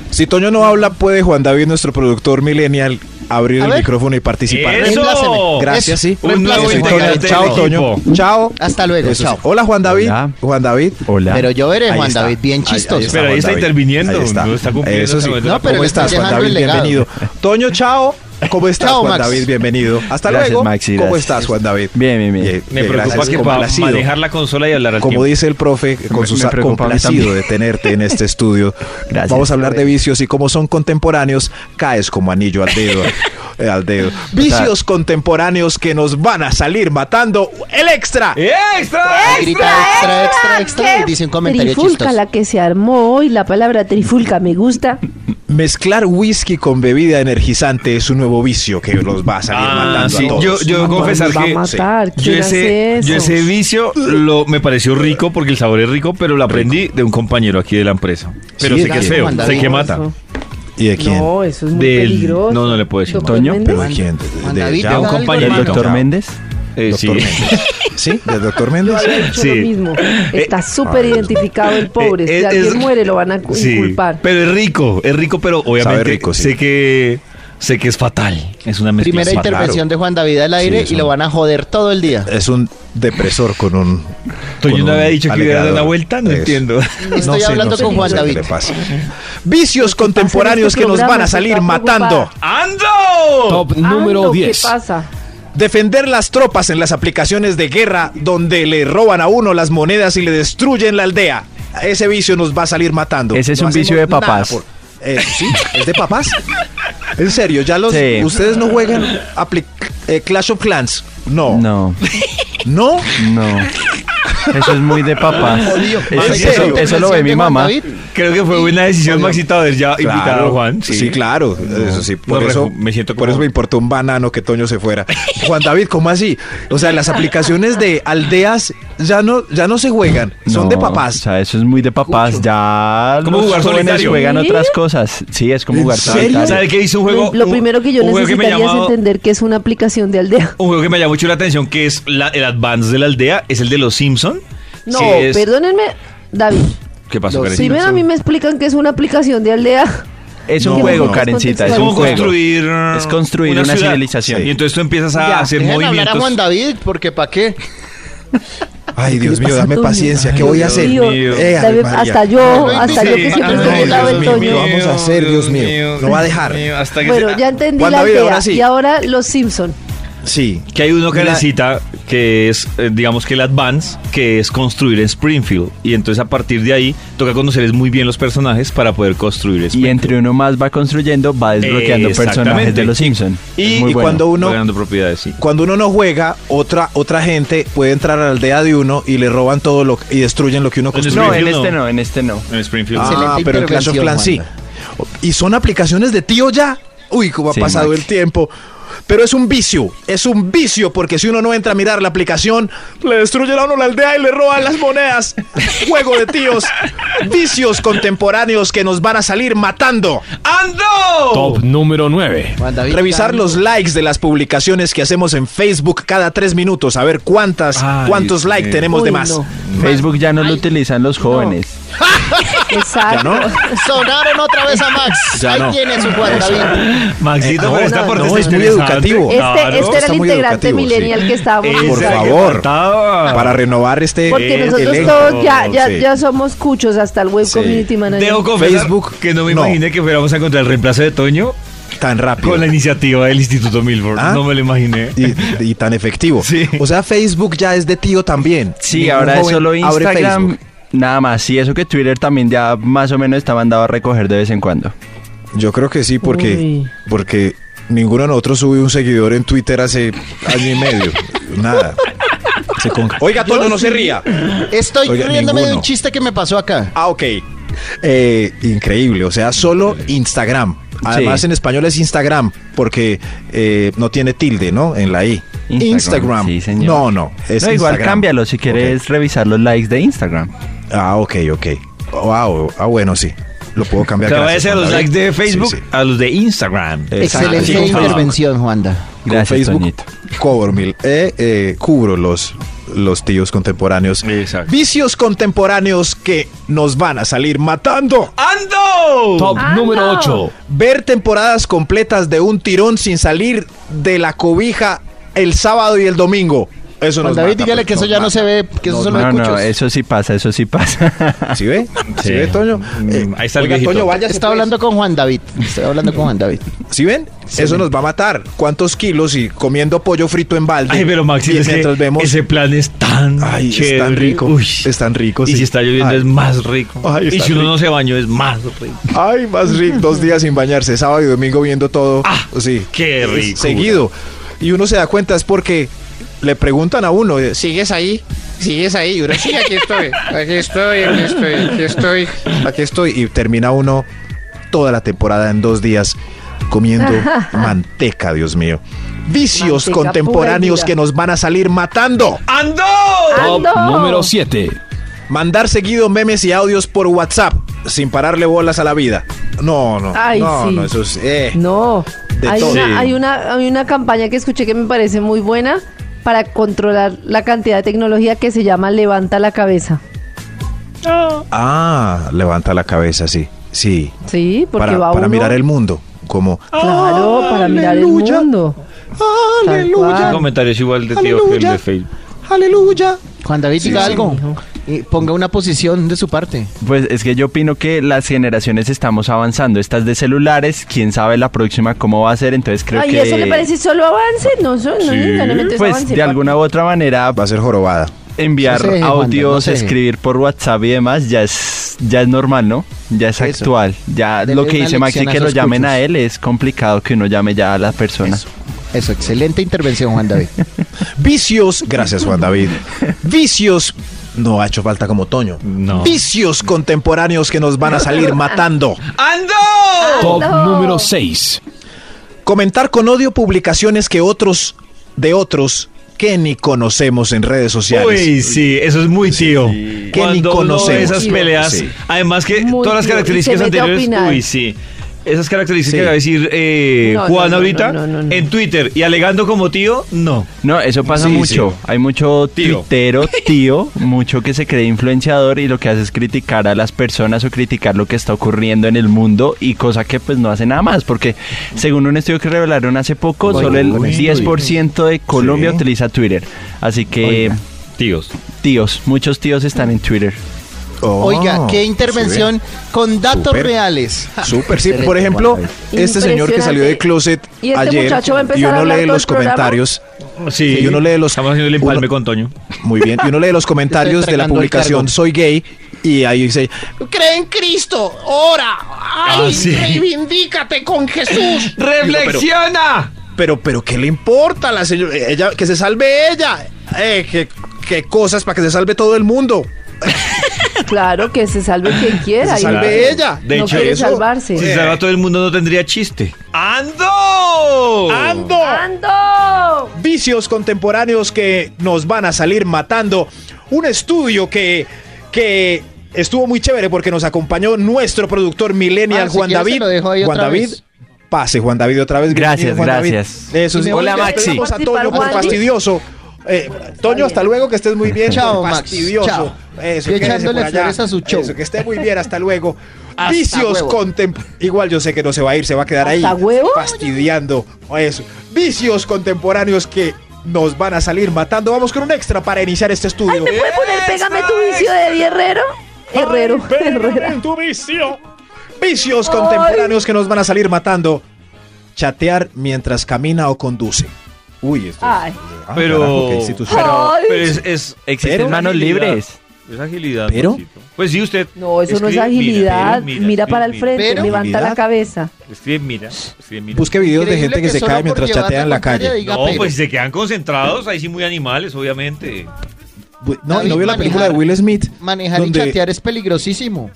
Speaker 5: Si Toño no habla, puede Juan David, nuestro productor millennial, abrir
Speaker 4: A
Speaker 5: el
Speaker 4: ver.
Speaker 5: micrófono y participar.
Speaker 3: Eso.
Speaker 4: Reempláceme.
Speaker 5: Gracias,
Speaker 4: Eso.
Speaker 5: sí.
Speaker 3: Un nuevo
Speaker 4: Reempláceme.
Speaker 5: Ese es Toño.
Speaker 3: integrante
Speaker 5: Chao,
Speaker 3: del
Speaker 5: Toño.
Speaker 3: equipo.
Speaker 5: Chao.
Speaker 4: Hasta luego,
Speaker 5: Eso sí.
Speaker 4: chao.
Speaker 5: Hola, Juan David.
Speaker 7: Hola.
Speaker 5: Juan David.
Speaker 7: Hola.
Speaker 4: Pero yo veré,
Speaker 5: Ahí
Speaker 4: Juan
Speaker 5: está.
Speaker 4: David, bien
Speaker 5: Ahí-
Speaker 4: chistoso.
Speaker 5: ahí
Speaker 3: Pero ahí está
Speaker 5: David.
Speaker 3: interviniendo,
Speaker 5: Ahí está.
Speaker 3: no está cumpliendo
Speaker 5: Eso sí.
Speaker 3: ese momento.
Speaker 4: No, pero
Speaker 5: ¿Cómo
Speaker 4: le está
Speaker 5: estás, Juan
Speaker 4: dejando
Speaker 5: David?
Speaker 4: el legado.
Speaker 5: Bienvenido. Toño, chao. ¿Cómo estás,
Speaker 4: Chao,
Speaker 5: Juan
Speaker 4: Max.
Speaker 5: David? Bienvenido. Hasta
Speaker 7: Gracias,
Speaker 5: luego.
Speaker 7: Maxi,
Speaker 5: ¿Cómo
Speaker 7: gracias.
Speaker 5: estás, Juan David?
Speaker 7: Bien, bien, bien.
Speaker 5: Bien,
Speaker 3: Me
Speaker 5: bien,
Speaker 3: preocupa
Speaker 5: gracias,
Speaker 3: que para
Speaker 5: complacido.
Speaker 3: manejar la consola y hablar al
Speaker 5: Como
Speaker 3: tiempo.
Speaker 5: dice el profe, con
Speaker 7: Me-
Speaker 5: su
Speaker 7: me
Speaker 5: sa-
Speaker 7: preocupa a mí
Speaker 5: complacido
Speaker 7: también.
Speaker 5: de tenerte en este estudio.
Speaker 7: Gracias.
Speaker 5: Vamos a hablar de vicios y cómo son contemporáneos, caes como anillo al dedo. eh, al dedo. Vicios contemporáneos que nos van a salir matando el extra.
Speaker 3: ¡Extra!
Speaker 4: Grita extra, extra, extra y dice un comentario
Speaker 6: Trifulca,
Speaker 4: chistoso.
Speaker 6: la que se armó hoy, la palabra trifulca me gusta.
Speaker 5: Mezclar whisky con bebida energizante es un nuevo vicio que los va a salir
Speaker 3: Ah,
Speaker 5: matando
Speaker 3: sí.
Speaker 5: a todos.
Speaker 3: Yo, yo
Speaker 6: Ah,
Speaker 3: confesar
Speaker 6: nos va a
Speaker 3: que
Speaker 6: matar.
Speaker 3: yo
Speaker 6: ¿Quién hace
Speaker 3: ese,
Speaker 6: eso?
Speaker 3: yo ese vicio lo, me pareció rico porque el sabor es rico, pero lo aprendí de un compañero aquí de la empresa. Pero sé que
Speaker 5: Sí,
Speaker 3: es
Speaker 5: gracias,
Speaker 3: feo,
Speaker 4: Juan David.
Speaker 3: sé que mata.
Speaker 6: Eso.
Speaker 5: ¿Y de quién?
Speaker 6: No, eso es muy
Speaker 3: Del-
Speaker 6: peligroso.
Speaker 3: no, no le puedo decir.
Speaker 6: ¿Doctor
Speaker 7: Toño,
Speaker 6: Méndez?
Speaker 5: ¿Pero de quién? ¿De- de-
Speaker 4: Juan
Speaker 5: de-
Speaker 4: David,
Speaker 5: ya
Speaker 4: ¿te
Speaker 5: un
Speaker 4: da algo,
Speaker 5: compañero.
Speaker 7: ¿El
Speaker 4: hermano?
Speaker 7: doctor Méndez?
Speaker 3: Eh, sí.
Speaker 5: Doctor Méndez. ¿Sí? ¿Del doctor Méndez?
Speaker 6: Yo he hecho
Speaker 3: Sí.
Speaker 6: lo mismo. Está súper identificado el pobre.
Speaker 3: Eh,
Speaker 6: Si
Speaker 3: es-
Speaker 6: alguien
Speaker 3: es-
Speaker 6: muere, lo van a cu-
Speaker 3: <laughs> Sí,
Speaker 6: inculpar.
Speaker 3: Pero es rico, es rico, pero obviamente
Speaker 5: rico, sí.
Speaker 3: sé que sé que es fatal. Es una mezcla.
Speaker 4: Primera
Speaker 3: es fatal.
Speaker 4: intervención de Juan David al aire
Speaker 5: eso.
Speaker 4: y lo van a joder todo el día.
Speaker 5: Es un depresor con un.
Speaker 3: Toño
Speaker 5: con
Speaker 3: no
Speaker 5: un
Speaker 3: había dicho que le iba a dar
Speaker 5: alegrador.
Speaker 3: una vuelta, no
Speaker 5: Eso.
Speaker 3: entiendo.
Speaker 4: Estoy hablando con Juan
Speaker 5: qué
Speaker 4: David.
Speaker 5: le pasa. Vicios
Speaker 6: en
Speaker 5: contemporáneos
Speaker 6: este
Speaker 5: que nos van
Speaker 6: programa,
Speaker 5: a
Speaker 6: se
Speaker 5: salir
Speaker 6: está
Speaker 5: matando.
Speaker 6: preocupada.
Speaker 3: ¡Ando!
Speaker 7: Top
Speaker 6: Ando, ¿Qué pasa?
Speaker 5: Defender las tropas en las aplicaciones de guerra donde le roban a uno las monedas y le destruyen la aldea. Ese vicio nos va a salir matando.
Speaker 7: Ese es
Speaker 5: No
Speaker 7: un vicio
Speaker 5: hacemos
Speaker 7: de
Speaker 5: nada
Speaker 7: papás.
Speaker 5: por- Eh, sí, es de papás. En serio, ya los
Speaker 7: Sí.
Speaker 5: ustedes no juegan apli- eh, Clash of Clans. No.
Speaker 7: No,
Speaker 5: No.
Speaker 7: no. Eso es muy de papás.
Speaker 4: Odio.
Speaker 7: Eso,
Speaker 5: ¿En serio?
Speaker 7: eso- eso lo ve mi
Speaker 4: Juan
Speaker 7: mamá.
Speaker 4: David,
Speaker 3: Creo que fue buena decisión, Maxito, haber ya invitado a Juan.
Speaker 5: Sí, claro. Eso sí, por
Speaker 3: No,
Speaker 5: eso
Speaker 3: reju- me siento
Speaker 5: por
Speaker 3: como-
Speaker 5: eso me importó un banano que Toño se fuera. Juan David, ¿cómo así? O sea, las aplicaciones de aldeas ya no ya no se juegan, son
Speaker 7: No,
Speaker 5: de
Speaker 7: O
Speaker 5: papás.
Speaker 7: sea, eso es muy de papás. Ya
Speaker 3: ¿Cómo
Speaker 7: los
Speaker 3: jugar
Speaker 7: jóvenes
Speaker 3: solitario?
Speaker 7: juegan
Speaker 6: ¿Sí?
Speaker 7: otras cosas. Sí, es como
Speaker 5: ¿En
Speaker 7: jugar
Speaker 5: serio?
Speaker 7: solitario.
Speaker 3: ¿Sabe qué hizo un juego?
Speaker 6: lo
Speaker 3: Un-
Speaker 6: primero que yo
Speaker 3: un juego me
Speaker 6: necesitaría es
Speaker 3: llamaba-
Speaker 6: entender que es una aplicación de
Speaker 3: <laughs>
Speaker 6: aldea.
Speaker 3: Un juego que me llamó mucho la atención, que es la- el Advance de la aldea, es el de los Simpson.
Speaker 6: No,
Speaker 3: Sí, es-
Speaker 6: perdónenme, David.
Speaker 3: ¿Qué pasó,
Speaker 5: Los
Speaker 3: Karen?
Speaker 5: Sí,
Speaker 6: Primero a mí me explican que es una aplicación de aldea.
Speaker 7: Es un
Speaker 5: No,
Speaker 7: juego,
Speaker 5: no.
Speaker 7: Karencita.
Speaker 3: Es
Speaker 7: Es
Speaker 3: como
Speaker 7: un juego.
Speaker 3: construir. eh,
Speaker 7: Es construir una
Speaker 3: ciudad.
Speaker 7: civilización.
Speaker 3: Y entonces tú empiezas a
Speaker 6: Ya,
Speaker 3: hacer
Speaker 4: Dejen hablar a
Speaker 3: movimientos.
Speaker 4: Juan David, porque ¿pa' qué?
Speaker 5: Ay, Dios
Speaker 6: le
Speaker 5: mío,
Speaker 6: pasa a
Speaker 5: dame
Speaker 6: Toño?
Speaker 5: paciencia, ¿qué
Speaker 6: Ay,
Speaker 5: voy a
Speaker 6: Dios
Speaker 5: hacer?
Speaker 6: mío.
Speaker 5: Eh, Ave
Speaker 6: David,
Speaker 5: María.
Speaker 6: hasta yo,
Speaker 4: Ay,
Speaker 6: hasta yo que
Speaker 4: sí.
Speaker 6: siempre
Speaker 4: Ay,
Speaker 6: estoy del lado del
Speaker 5: Dios mío,
Speaker 6: Toño.
Speaker 5: vamos a hacer, Dios mío. No va a dejar.
Speaker 3: hasta que
Speaker 6: Bueno,
Speaker 3: se-
Speaker 6: ya entendí
Speaker 5: Juan
Speaker 6: la
Speaker 5: David,
Speaker 6: aldea.
Speaker 5: ahora sí.
Speaker 6: Y ahora los Simpson.
Speaker 5: Sí.
Speaker 3: Que hay uno,
Speaker 5: La-
Speaker 3: Karencita, que es, eh, digamos que el Advance, que es construir en Springfield. Y entonces a partir de ahí toca conocerles muy bien los personajes para poder construir
Speaker 7: Y
Speaker 3: Springfield.
Speaker 7: entre uno más va construyendo, va desbloqueando personajes
Speaker 3: Exactamente.
Speaker 7: de los Simpsons.
Speaker 5: Y- y cuando uno-
Speaker 3: Ganando propiedades, sí.
Speaker 5: Cuando uno no juega, otra otra gente puede entrar a la aldea de uno y le roban todo lo y destruyen lo que uno
Speaker 3: Entonces,
Speaker 5: construye.
Speaker 7: No, en
Speaker 3: Springfield
Speaker 7: este
Speaker 3: no.
Speaker 7: no, en este no.
Speaker 3: En Springfield.
Speaker 4: Excelente
Speaker 5: Ah, pero el Clash of
Speaker 4: intervención,
Speaker 5: Clans sí.
Speaker 4: Juanda.
Speaker 5: Y son aplicaciones de tío ya. Uy, cómo ha
Speaker 7: Sí,
Speaker 5: pasado
Speaker 7: Max.
Speaker 5: el tiempo. Pero es un vicio, es un vicio, porque si uno no entra a mirar la aplicación, le destruyen a uno la aldea y le roban las monedas. Juego de tíos. Vicios contemporáneos que nos van a salir matando.
Speaker 3: ¡Ando!
Speaker 8: Top número 9.
Speaker 4: Juan David,
Speaker 5: Revisar
Speaker 4: tan-
Speaker 5: los likes de las publicaciones que hacemos en Facebook cada tres minutos, a ver cuántas,
Speaker 3: Ay,
Speaker 5: cuántos
Speaker 3: sí.
Speaker 5: likes tenemos de
Speaker 6: Uy,
Speaker 5: más.
Speaker 6: no.
Speaker 7: Facebook ya no lo utilizan los jóvenes.
Speaker 5: ¿Ya
Speaker 6: Exacto.
Speaker 5: no?
Speaker 4: <laughs> Sonaron otra vez a Max.
Speaker 5: <laughs> Ya
Speaker 4: Ahí
Speaker 5: no.
Speaker 4: tiene su Juan David.
Speaker 3: Maxito,
Speaker 5: Eh,
Speaker 3: pero
Speaker 5: no,
Speaker 3: esta
Speaker 5: no,
Speaker 3: parte
Speaker 5: no,
Speaker 3: está
Speaker 5: es muy
Speaker 3: interesante.
Speaker 5: educativo.
Speaker 6: Este,
Speaker 3: Claro.
Speaker 6: este era
Speaker 5: está
Speaker 6: el
Speaker 5: muy
Speaker 6: integrante
Speaker 5: educativo, sí.
Speaker 6: millennial que estábamos
Speaker 3: Ese
Speaker 5: Por
Speaker 3: era el que
Speaker 5: favor.
Speaker 3: faltaba.
Speaker 5: Para renovar este.
Speaker 6: Porque
Speaker 3: Eh,
Speaker 6: nosotros
Speaker 5: elenco.
Speaker 6: todos ya, ya,
Speaker 5: Sí.
Speaker 6: ya somos cuchos hasta el web
Speaker 5: Sí.
Speaker 6: community manager.
Speaker 3: Dejo confesar
Speaker 5: Facebook,
Speaker 3: que no me
Speaker 5: no.
Speaker 3: imaginé que fuéramos a encontrar el reemplazo de Toño
Speaker 5: tan rápido.
Speaker 3: con la iniciativa del Instituto Milford.
Speaker 5: ¿Ah?
Speaker 3: No me lo imaginé.
Speaker 7: <laughs>
Speaker 5: y, y tan efectivo.
Speaker 3: Sí.
Speaker 5: O sea, Facebook ya es de tío también.
Speaker 7: Sí,
Speaker 5: Ningún
Speaker 7: ahora es
Speaker 5: joven
Speaker 7: solo
Speaker 5: abre
Speaker 7: Instagram.
Speaker 5: Facebook.
Speaker 7: Nada más, sí, eso que Twitter también ya más o menos está mandado a recoger de vez en cuando.
Speaker 5: Yo creo que sí, porque,
Speaker 6: Uy.
Speaker 5: porque ninguno de nosotros sube un seguidor en Twitter hace año y medio. <laughs> Nada. Se con- Oiga, Tono, no se ría.
Speaker 4: Estoy
Speaker 5: Oiga,
Speaker 4: riéndome de
Speaker 5: ninguno.
Speaker 4: un chiste que me pasó acá.
Speaker 5: Ah, ok. Eh, increíble, o sea, solo Instagram. Además
Speaker 7: Sí.
Speaker 5: en español es Instagram, porque eh, no tiene tilde, ¿no? En la I. Instagram.
Speaker 7: Instagram, sí, señor.
Speaker 5: No, no. Es
Speaker 7: no, igual
Speaker 5: Instagram.
Speaker 7: cámbialo si quieres revisar los likes de Instagram.
Speaker 5: Ah, ok, ok. Wow, ah, bueno, sí. Lo puedo
Speaker 3: O
Speaker 5: cambiar.
Speaker 3: sea,
Speaker 5: gracias,
Speaker 3: váyase a
Speaker 5: Juan
Speaker 3: los
Speaker 5: David.
Speaker 3: likes de Facebook,
Speaker 5: Sí, sí.
Speaker 3: a los de Instagram.
Speaker 5: Exacto.
Speaker 4: Excelente
Speaker 5: Sí, por favor.
Speaker 4: intervención, Juanda.
Speaker 5: Con
Speaker 7: Gracias,
Speaker 5: Facebook,
Speaker 7: Toñito.
Speaker 5: cobro mil. Eh, eh, cubro los, los tíos contemporáneos.
Speaker 3: Exacto.
Speaker 5: Vicios contemporáneos que nos van a salir matando.
Speaker 3: ¡Ando!
Speaker 8: Top número 8.
Speaker 5: Ver temporadas completas de un tirón sin salir de la cobija el sábado y el domingo. Eso
Speaker 4: Juan
Speaker 5: nos
Speaker 4: David,
Speaker 5: mata,
Speaker 4: dígale
Speaker 5: pues,
Speaker 4: que eso
Speaker 5: nos
Speaker 4: ya no
Speaker 5: mata.
Speaker 4: se ve, que eso son los
Speaker 7: No, no,
Speaker 4: cuchos.
Speaker 7: eso sí pasa, eso sí pasa. <laughs>
Speaker 4: <laughs>
Speaker 5: ¿Sí ve? ¿Sí,
Speaker 3: Sí.
Speaker 5: ve, Toño? Eh,
Speaker 3: Mm, ahí está el
Speaker 5: oiga,
Speaker 3: viejito.
Speaker 5: Toño, váyase,
Speaker 4: Está
Speaker 5: pues.
Speaker 4: hablando con Juan David. Estoy hablando con Juan David.
Speaker 5: ¿Sí ven? Eso nos va a matar. ¿Cuántos kilos y comiendo pollo frito en balde?
Speaker 3: Ay, pero Maxi,
Speaker 5: Y
Speaker 3: es que
Speaker 5: mientras vemos...
Speaker 3: ese plan es tan
Speaker 5: Ay,
Speaker 3: chévere.
Speaker 5: es tan rico.
Speaker 3: Uy.
Speaker 5: Es tan rico,
Speaker 3: Y
Speaker 5: sí.
Speaker 3: si está lloviendo
Speaker 5: Ay.
Speaker 3: es más rico.
Speaker 5: Ay,
Speaker 3: y
Speaker 5: está
Speaker 3: si uno
Speaker 5: rico.
Speaker 3: no se bañó es más rico.
Speaker 5: Ay,
Speaker 3: <laughs>
Speaker 5: más rico. Dos días sin bañarse, sábado y domingo viendo todo.
Speaker 3: Ah,
Speaker 5: sí.
Speaker 3: qué rico.
Speaker 5: Seguido. Y uno se da cuenta es porque le preguntan a uno, eh,
Speaker 9: ¿Sigues ahí? ¿Sigues ahí? Yura? Sí, aquí estoy. Aquí estoy, aquí estoy, aquí estoy.
Speaker 3: <laughs>
Speaker 5: aquí estoy, y termina uno toda la temporada en dos días
Speaker 3: <laughs>
Speaker 5: comiendo manteca, Dios mío. Vicios
Speaker 6: Manteca
Speaker 5: contemporáneos
Speaker 6: pura y dura.
Speaker 5: que nos van a salir matando.
Speaker 3: ¡Ando!
Speaker 8: Top
Speaker 6: ¡Ando!
Speaker 8: número 7.
Speaker 5: Mandar seguido memes y audios por WhatsApp sin pararle bolas a la vida. No, no.
Speaker 6: Ay,
Speaker 5: no,
Speaker 6: sí.
Speaker 5: no, eso es. eh.
Speaker 6: No.
Speaker 5: De
Speaker 6: Hay
Speaker 5: todo. Sí.
Speaker 6: una, hay, una, hay una campaña que escuché que me parece muy buena para controlar la cantidad de tecnología que se llama Levanta la cabeza.
Speaker 5: Ah, levanta la cabeza, sí. Sí.
Speaker 6: Sí, porque
Speaker 5: para,
Speaker 6: va
Speaker 5: para
Speaker 6: uno-
Speaker 5: mirar el mundo. Como.
Speaker 6: Claro, para mirar el
Speaker 5: Aleluya.
Speaker 6: mundo.
Speaker 3: El
Speaker 6: Ah.
Speaker 5: Aleluya.
Speaker 3: comentario es igual de tío que el de Facebook.
Speaker 5: Aleluya.
Speaker 4: Juan David,
Speaker 5: Sí,
Speaker 4: diga
Speaker 5: sí,
Speaker 4: algo. Y ponga una posición de su parte.
Speaker 7: Pues es que yo opino que las generaciones estamos avanzando. Estas de celulares, quién sabe la próxima cómo va a ser, entonces creo
Speaker 6: Ay,
Speaker 7: que...
Speaker 6: eso le parece solo avance, no son, no, no, no, entonces
Speaker 7: Pues
Speaker 6: avance,
Speaker 7: de
Speaker 6: papi.
Speaker 7: alguna u otra manera,
Speaker 5: Va a ser jorobada.
Speaker 7: enviar
Speaker 4: No sé, Juan,
Speaker 7: audios,
Speaker 4: no sé.
Speaker 7: escribir por WhatsApp y demás, ya es, ya es normal, ¿no? Ya es
Speaker 4: Eso.
Speaker 7: actual. Ya
Speaker 4: Dele
Speaker 7: lo que
Speaker 4: una
Speaker 7: dice Maxi
Speaker 4: lección a
Speaker 7: que lo
Speaker 4: esos
Speaker 7: llamen
Speaker 4: cuchos.
Speaker 7: a él es complicado que uno llame ya a la persona.
Speaker 4: Eso. Eso, excelente intervención, Juan David.
Speaker 5: Vicios. Gracias,
Speaker 6: <laughs>
Speaker 5: Juan David. Vicios. No ha hecho falta como Toño.
Speaker 3: No.
Speaker 5: Vicios contemporáneos que nos van
Speaker 6: <laughs>
Speaker 5: a salir matando.
Speaker 8: Top número 6.
Speaker 5: Comentar con odio publicaciones que otros, de otros, que ni conocemos en redes sociales.
Speaker 3: Uy, sí, eso es muy tío.
Speaker 5: Que ni
Speaker 3: Cuando uno ve
Speaker 5: conocemos.
Speaker 3: esas
Speaker 5: Tío.
Speaker 3: peleas,
Speaker 5: Sí.
Speaker 3: además que
Speaker 6: Muy tío, y
Speaker 3: todas las
Speaker 6: se
Speaker 3: características
Speaker 6: mete a
Speaker 3: anteriores,
Speaker 6: opinar.
Speaker 3: uy, sí. Esas características
Speaker 5: Sí.
Speaker 3: que va a decir eh,
Speaker 6: No, no,
Speaker 3: Juan
Speaker 6: no, no,
Speaker 3: ahorita
Speaker 6: no, no, no.
Speaker 3: en Twitter y alegando como tío, no.
Speaker 7: No, eso pasa
Speaker 3: Sí,
Speaker 7: mucho.
Speaker 3: sí.
Speaker 7: Hay mucho
Speaker 3: Tío.
Speaker 7: tuitero, tío, mucho que se cree influenciador y lo que hace es criticar a las personas o criticar lo que está ocurriendo en el mundo y cosa que pues no hace nada más. Porque según un estudio que revelaron hace poco,
Speaker 4: Oiga,
Speaker 7: solo el
Speaker 4: un estudio.
Speaker 7: 10% de Colombia
Speaker 5: Sí.
Speaker 7: utiliza Twitter. Así que
Speaker 4: Oiga.
Speaker 3: Tíos.
Speaker 7: tíos, muchos tíos están en Twitter.
Speaker 5: <laughs> Oh,
Speaker 4: Oiga, qué intervención con datos
Speaker 5: Súper.
Speaker 4: reales. Ja.
Speaker 5: <laughs> Súper, sí.
Speaker 4: Excelente,
Speaker 5: Por ejemplo,
Speaker 4: Juan David.
Speaker 5: este señor que salió de
Speaker 6: Impresionante.
Speaker 5: closet
Speaker 6: ¿Y este
Speaker 5: ayer
Speaker 6: muchacho va a empezar
Speaker 5: y
Speaker 6: a
Speaker 5: uno
Speaker 6: hablar
Speaker 5: lee
Speaker 6: todo
Speaker 5: los
Speaker 6: el programa?
Speaker 5: comentarios.
Speaker 3: Sí.
Speaker 5: Y uno lee los-
Speaker 3: Estamos haciendo el empalme
Speaker 5: uno-
Speaker 3: con Toño.
Speaker 5: Muy bien. Y uno lee los comentarios de la
Speaker 4: entregando el
Speaker 5: publicación
Speaker 4: cargo.
Speaker 5: Soy gay y ahí dice,
Speaker 9: Cree en Cristo, ora,
Speaker 3: Ah,
Speaker 9: ay,
Speaker 3: sí.
Speaker 9: reivindícate con Jesús.
Speaker 3: ¡Reflexiona!
Speaker 5: <laughs> pero, pero, ¿qué le importa a la señora? Ella, que se salve ella. Eh, ¿qué, qué cosas para que se salve todo el mundo.
Speaker 6: Claro, que se salve quien
Speaker 5: Que
Speaker 6: quiera.
Speaker 5: se
Speaker 6: y-
Speaker 5: salve ella.
Speaker 3: De
Speaker 6: no
Speaker 3: hecho,
Speaker 6: quiere
Speaker 5: eso-
Speaker 6: salvarse.
Speaker 3: Si se
Speaker 5: Eh.
Speaker 3: salva todo el mundo no tendría chiste. Ah, ¡Ando!
Speaker 5: ¡Ando!
Speaker 6: Ah, ¡Ando!
Speaker 5: Vicios contemporáneos que nos van a salir matando. Un estudio que, que estuvo muy chévere porque nos acompañó nuestro productor millennial
Speaker 4: Ah, si
Speaker 5: Juan
Speaker 4: quieres
Speaker 5: David.
Speaker 4: te lo dejo ahí
Speaker 5: Juan
Speaker 4: otra
Speaker 5: David.
Speaker 4: vez.
Speaker 5: Pase, Juan David, otra vez.
Speaker 7: Gracias,
Speaker 5: Bienvenido, Juan
Speaker 7: gracias.
Speaker 5: David. Eso
Speaker 4: Y
Speaker 5: sí.
Speaker 4: me voy
Speaker 7: Hola,
Speaker 4: a-
Speaker 7: Maxi.
Speaker 5: Despedimos a Toño por
Speaker 6: Juan.
Speaker 5: fastidioso. Eh, Toño, hasta luego, que estés muy bien.
Speaker 4: Chao, Max.
Speaker 5: fastidioso.
Speaker 4: Chao.
Speaker 5: Eso,
Speaker 4: Yo
Speaker 5: quédese
Speaker 4: echándole
Speaker 5: por allá.
Speaker 4: flores a su show.
Speaker 5: Eso, que esté muy bien, hasta luego.
Speaker 4: Hasta
Speaker 5: Vicios
Speaker 4: huevo.
Speaker 5: contemporáneos. Igual yo sé que no se va a ir, se va a quedar ahí.
Speaker 6: ¿Hasta huevo?
Speaker 5: Fastidiando. Eso. Vicios contemporáneos que nos van a salir matando. Vamos con un extra para iniciar este
Speaker 6: Ay,
Speaker 5: estudio.
Speaker 6: ¿me puede poner Pégame tu vicio de Eddie Herrero? Herrero, Herrera.
Speaker 5: Vicios
Speaker 6: Ay.
Speaker 5: contemporáneos que nos van a salir matando. Chatear mientras camina o conduce. Uy, esto es-
Speaker 6: Ay.
Speaker 5: Ah,
Speaker 3: Pero-
Speaker 5: carajo, qué institución.
Speaker 3: Pero,
Speaker 6: Ay.
Speaker 3: pero es, es-
Speaker 7: Existen
Speaker 3: pero-
Speaker 7: manos
Speaker 3: agilidad.
Speaker 7: Pues, libres.
Speaker 3: Es agilidad.
Speaker 5: Pero-
Speaker 3: Maxito. Pues sí, usted.
Speaker 6: No, eso no es
Speaker 3: Escribe,
Speaker 6: agilidad. Mira, para el
Speaker 3: mira,
Speaker 6: frente,
Speaker 4: Pero-
Speaker 6: levanta
Speaker 5: Agilidad.
Speaker 6: la cabeza.
Speaker 3: Escribe, mira. Escribe, mira.
Speaker 5: Busque videos de
Speaker 4: Increíble
Speaker 5: gente que, se
Speaker 4: solo
Speaker 5: cae
Speaker 4: por
Speaker 5: mientras
Speaker 4: llevar
Speaker 5: chatea en la
Speaker 4: contraria
Speaker 5: calle.
Speaker 4: diga
Speaker 3: No,
Speaker 4: pero.
Speaker 3: pues se quedan concentrados, ahí sí muy animales, obviamente.
Speaker 5: Bu- No,
Speaker 4: David,
Speaker 5: y no vio la película de
Speaker 4: manejar-
Speaker 5: Will Smith.
Speaker 4: Manejar
Speaker 5: donde-
Speaker 4: y chatear es peligrosísimo.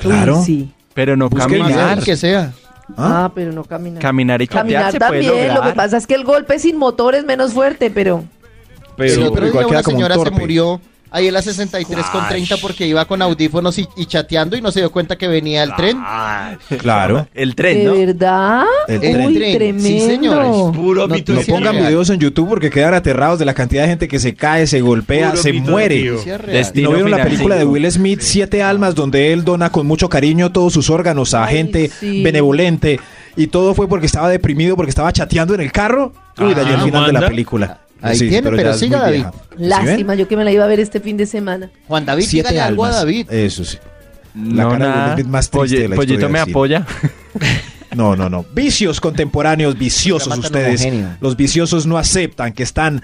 Speaker 5: Claro.
Speaker 6: Uy, sí.
Speaker 7: Pero no
Speaker 5: Busca
Speaker 7: caminar.
Speaker 4: Manejar que sea.
Speaker 5: ¿Ah?
Speaker 6: Ah, pero no caminar.
Speaker 7: Caminar y chatear
Speaker 6: Caminar
Speaker 7: se puede
Speaker 6: también, lo que
Speaker 7: lograr.
Speaker 6: pasa es que el golpe sin motor es menos fuerte, pero
Speaker 4: El otro
Speaker 5: Pero,
Speaker 3: pues,
Speaker 5: pero
Speaker 4: día
Speaker 5: igual queda
Speaker 4: una
Speaker 5: como un
Speaker 4: señora se
Speaker 5: torpe.
Speaker 4: murió ahí en la 63 con 30 porque iba con audífonos y, y chateando y no se dio cuenta que venía el tren.
Speaker 5: Claro.
Speaker 7: El
Speaker 6: ¿de
Speaker 7: tren, ¿no?
Speaker 6: verdad?
Speaker 5: El
Speaker 6: Uy,
Speaker 4: tren.
Speaker 6: tremendo.
Speaker 4: Sí, señores.
Speaker 3: Puro
Speaker 4: No-
Speaker 3: mito.
Speaker 5: <laughs> No
Speaker 3: de
Speaker 4: Noticia
Speaker 5: pongan
Speaker 3: tío.
Speaker 4: real.
Speaker 5: videos en YouTube porque quedan aterrados de la cantidad de gente que se cae, se golpea,
Speaker 3: Puro
Speaker 5: se
Speaker 3: mito de
Speaker 5: muere.
Speaker 3: tío.
Speaker 4: Sí, es real.
Speaker 5: ¿Y
Speaker 7: Destino
Speaker 5: no vieron la
Speaker 7: final.
Speaker 5: película de Will Smith, Siete Almas, donde él dona con mucho cariño todos sus órganos a
Speaker 6: Ay,
Speaker 5: gente
Speaker 6: sí.
Speaker 5: benevolente? Y todo fue porque estaba deprimido, porque estaba chateando en el carro. Uy,
Speaker 3: Ah,
Speaker 5: dañó el final de la
Speaker 3: Wanda.
Speaker 5: película.
Speaker 4: Ahí
Speaker 5: Sí,
Speaker 4: tiene, pero,
Speaker 5: ya es
Speaker 4: siga
Speaker 5: muy
Speaker 4: David.
Speaker 5: vieja. ¿Sí ven?
Speaker 6: Lástima, yo que me la iba a ver este fin de semana.
Speaker 4: Juan David,
Speaker 5: Siete
Speaker 4: dígale algo a
Speaker 5: almas. Eh,
Speaker 4: David.
Speaker 5: Eso sí.
Speaker 7: No,
Speaker 5: cara de
Speaker 7: nada.
Speaker 5: Will Smith más triste de la historia
Speaker 7: Pollito
Speaker 5: del
Speaker 7: me
Speaker 5: cine.
Speaker 7: apoya.
Speaker 5: No, no, no. Vicios contemporáneos, viciosos
Speaker 4: Matan
Speaker 5: ustedes.
Speaker 4: homogéneo.
Speaker 5: Los viciosos no aceptan que están,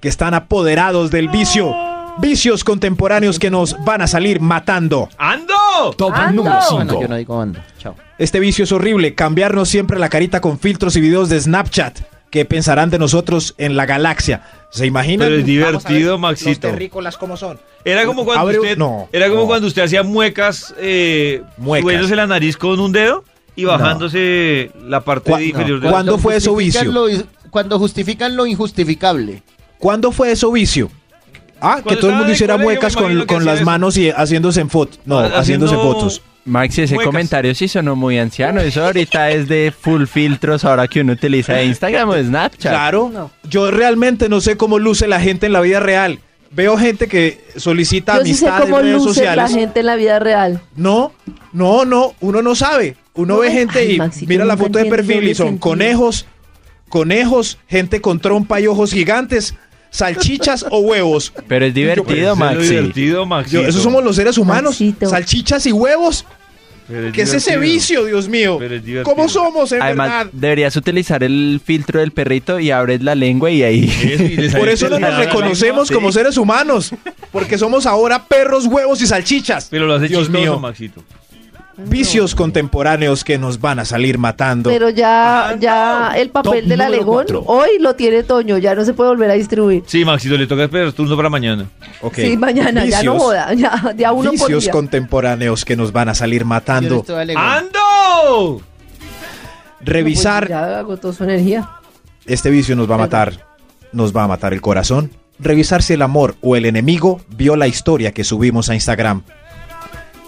Speaker 5: que están apoderados del vicio. Vicios contemporáneos que nos van a salir matando.
Speaker 3: ¡Ando!
Speaker 8: Top
Speaker 6: Ando.
Speaker 8: número
Speaker 4: Bueno, yo
Speaker 8: 5.
Speaker 4: no digo ando. Chao.
Speaker 5: Este vicio es horrible, cambiarnos siempre la carita con filtros y videos de Snapchat. ¿Qué pensarán de nosotros en la galaxia? ¿Se imaginan?
Speaker 3: Pero es
Speaker 5: Vamos a ver
Speaker 3: divertido, Maxito.
Speaker 5: Los terrícolas como son.
Speaker 3: Era como cuando
Speaker 5: Abre-
Speaker 3: usted,
Speaker 5: no,
Speaker 3: era como
Speaker 5: no.
Speaker 3: cuando usted hacía muecas, eh,
Speaker 5: Muecas.
Speaker 3: subiéndose la nariz con un dedo y bajándose la parte
Speaker 5: Cua- no.
Speaker 3: inferior de la-
Speaker 5: ¿Cuándo fue eso
Speaker 4: justifican
Speaker 5: vicio?
Speaker 4: lo- cuando justifican lo injustificable.
Speaker 5: ¿Cuándo fue eso vicio? Ah,
Speaker 3: Cuando
Speaker 5: que todo el
Speaker 3: estaba en
Speaker 5: mundo
Speaker 3: el
Speaker 5: hiciera
Speaker 3: colegio, me
Speaker 5: muecas
Speaker 3: imagino que
Speaker 5: con, con
Speaker 3: hacía
Speaker 5: las
Speaker 3: eso.
Speaker 5: manos y haciéndose en fotos. No,
Speaker 3: Ha-
Speaker 5: haciéndose
Speaker 3: haciendo-
Speaker 5: fotos.
Speaker 7: Maxi, ese
Speaker 3: Muecas.
Speaker 7: comentario sí sonó muy anciano. Eso ahorita es de full filtros ahora que uno utiliza Instagram o Snapchat.
Speaker 5: Claro. Yo realmente no sé cómo luce la gente en la vida real. Veo gente que solicita
Speaker 6: Yo sí sé
Speaker 5: amistad en
Speaker 6: cómo
Speaker 5: redes
Speaker 6: luce la
Speaker 5: sociales.
Speaker 6: gente en la vida real.
Speaker 5: No, no, no, uno no sabe. Uno ve gente
Speaker 6: Ay,
Speaker 5: y
Speaker 6: Maxito,
Speaker 5: mira la
Speaker 6: nunca
Speaker 5: foto de
Speaker 6: entiendo
Speaker 5: perfil y
Speaker 6: doble
Speaker 5: son
Speaker 6: sentido.
Speaker 5: conejos, conejos, gente con trompa y ojos gigantes, salchichas
Speaker 3: <laughs>
Speaker 5: o huevos.
Speaker 7: Pero es divertido,
Speaker 3: Pero Pues, es
Speaker 7: Maxi.
Speaker 3: Divertido, Maxi.
Speaker 5: Yo- esos somos los seres humanos.
Speaker 6: Maxito.
Speaker 5: Salchichas y huevos.
Speaker 3: Pues,
Speaker 5: ¿Qué es ese vicio, Dios mío?
Speaker 3: Pero es divertido.
Speaker 5: ¿Cómo somos, en
Speaker 7: Además,
Speaker 5: verdad?
Speaker 7: deberías utilizar el filtro del perrito y abres la lengua y ahí. <laughs>
Speaker 3: <laughs>
Speaker 5: Por eso no nos reconocemos como seres humanos. Porque somos ahora perros, huevos y salchichas.
Speaker 3: Pero lo hace
Speaker 5: Dios
Speaker 3: chistoso,
Speaker 5: mío.
Speaker 3: Maxito.
Speaker 5: Vicios contemporáneos que nos van a salir matando.
Speaker 6: Pero ya, ya el papel
Speaker 8: Top
Speaker 6: del
Speaker 8: número
Speaker 6: alegón
Speaker 8: cuatro.
Speaker 6: hoy lo tiene Toño, ya no se puede volver a distribuir.
Speaker 3: Sí, Maxito, le toca esperar turno para mañana.
Speaker 5: Ok.
Speaker 6: Sí, mañana, ya no
Speaker 5: Vicios-
Speaker 6: joda, ya, ya uno por
Speaker 5: Vicios
Speaker 6: día.
Speaker 5: contemporáneos que nos van a salir
Speaker 4: Yo no
Speaker 5: matando.
Speaker 4: estoy alegre.
Speaker 3: ¡Ando!
Speaker 5: Revisar
Speaker 6: Pues Ya agotó su energía.
Speaker 5: este vicio nos va a matar. Nos va a matar el corazón. Revisar si el amor o el enemigo vio la historia que subimos a Instagram.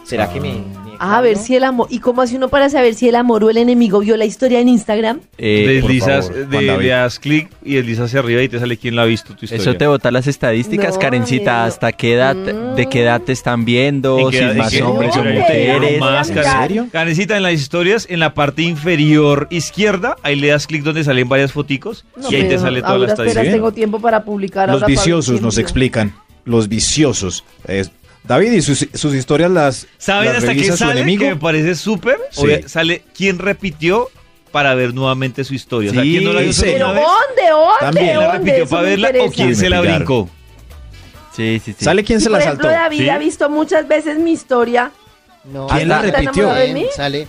Speaker 10: ¿Será que me.?
Speaker 6: A ver si el amor. ¿Y cómo hace uno para saber si el amor o el enemigo vio la historia en Instagram?
Speaker 7: Eh,
Speaker 5: por
Speaker 3: deslizas,
Speaker 5: favor, Juan
Speaker 3: de-
Speaker 5: David.
Speaker 3: le das clic y deslizas hacia arriba y te sale quién la ha visto tu historia.
Speaker 7: eso te bota las estadísticas,
Speaker 6: No,
Speaker 7: Karencita.
Speaker 6: amigo.
Speaker 7: ¿Hasta qué edad,
Speaker 6: Mm.
Speaker 7: de qué edad te están
Speaker 3: ¿En
Speaker 7: viendo?
Speaker 3: qué
Speaker 7: Si
Speaker 3: edad-
Speaker 7: es
Speaker 3: en
Speaker 7: más
Speaker 3: qué-
Speaker 7: hombres o
Speaker 3: en qué edad
Speaker 7: mujeres.
Speaker 3: más,
Speaker 6: ¿En
Speaker 3: Karen-
Speaker 5: serio?
Speaker 3: Karencita, en las historias, en la parte inferior izquierda, ahí le das clic donde salen varias foticos
Speaker 6: No,
Speaker 3: y ahí te
Speaker 6: pero
Speaker 3: sale
Speaker 6: a
Speaker 3: toda la
Speaker 6: duras penas
Speaker 3: estadística.
Speaker 6: tengo tiempo para publicar
Speaker 5: Los
Speaker 6: ahora para ver
Speaker 5: viciosos
Speaker 6: quién
Speaker 5: nos
Speaker 6: vio.
Speaker 5: explican. Los viciosos. Es- David, ¿y sus, sus historias las,
Speaker 3: ¿Saben
Speaker 5: las
Speaker 3: hasta qué
Speaker 5: revisa su
Speaker 3: sale?
Speaker 5: enemigo?
Speaker 3: Que me parece súper.
Speaker 5: Sí.
Speaker 3: Obvia- Sale quién repitió para ver nuevamente su historia. o sea,
Speaker 7: Sí,
Speaker 3: quién no la vio
Speaker 5: sí.
Speaker 3: solo
Speaker 6: Pero
Speaker 3: una vez,
Speaker 6: ¿dónde? ¿Dónde?
Speaker 5: También
Speaker 3: quién la
Speaker 6: ¿Dónde?
Speaker 3: repitió
Speaker 6: Eso
Speaker 3: para
Speaker 6: me
Speaker 3: verla o
Speaker 6: interesa.
Speaker 3: quién se la
Speaker 5: Me pillaron.
Speaker 3: brincó.
Speaker 7: Sí, sí, sí.
Speaker 5: ¿Sale quién
Speaker 6: Sí,
Speaker 5: se
Speaker 6: por
Speaker 5: la
Speaker 6: ejemplo,
Speaker 5: saltó?
Speaker 6: David
Speaker 3: ¿Sí?
Speaker 6: ha visto muchas veces mi historia.
Speaker 4: No,
Speaker 5: ¿Quién
Speaker 4: hasta-
Speaker 5: la
Speaker 4: hasta
Speaker 5: repitió?
Speaker 4: enamorado de mí.
Speaker 6: ¿Eh?
Speaker 4: Sale,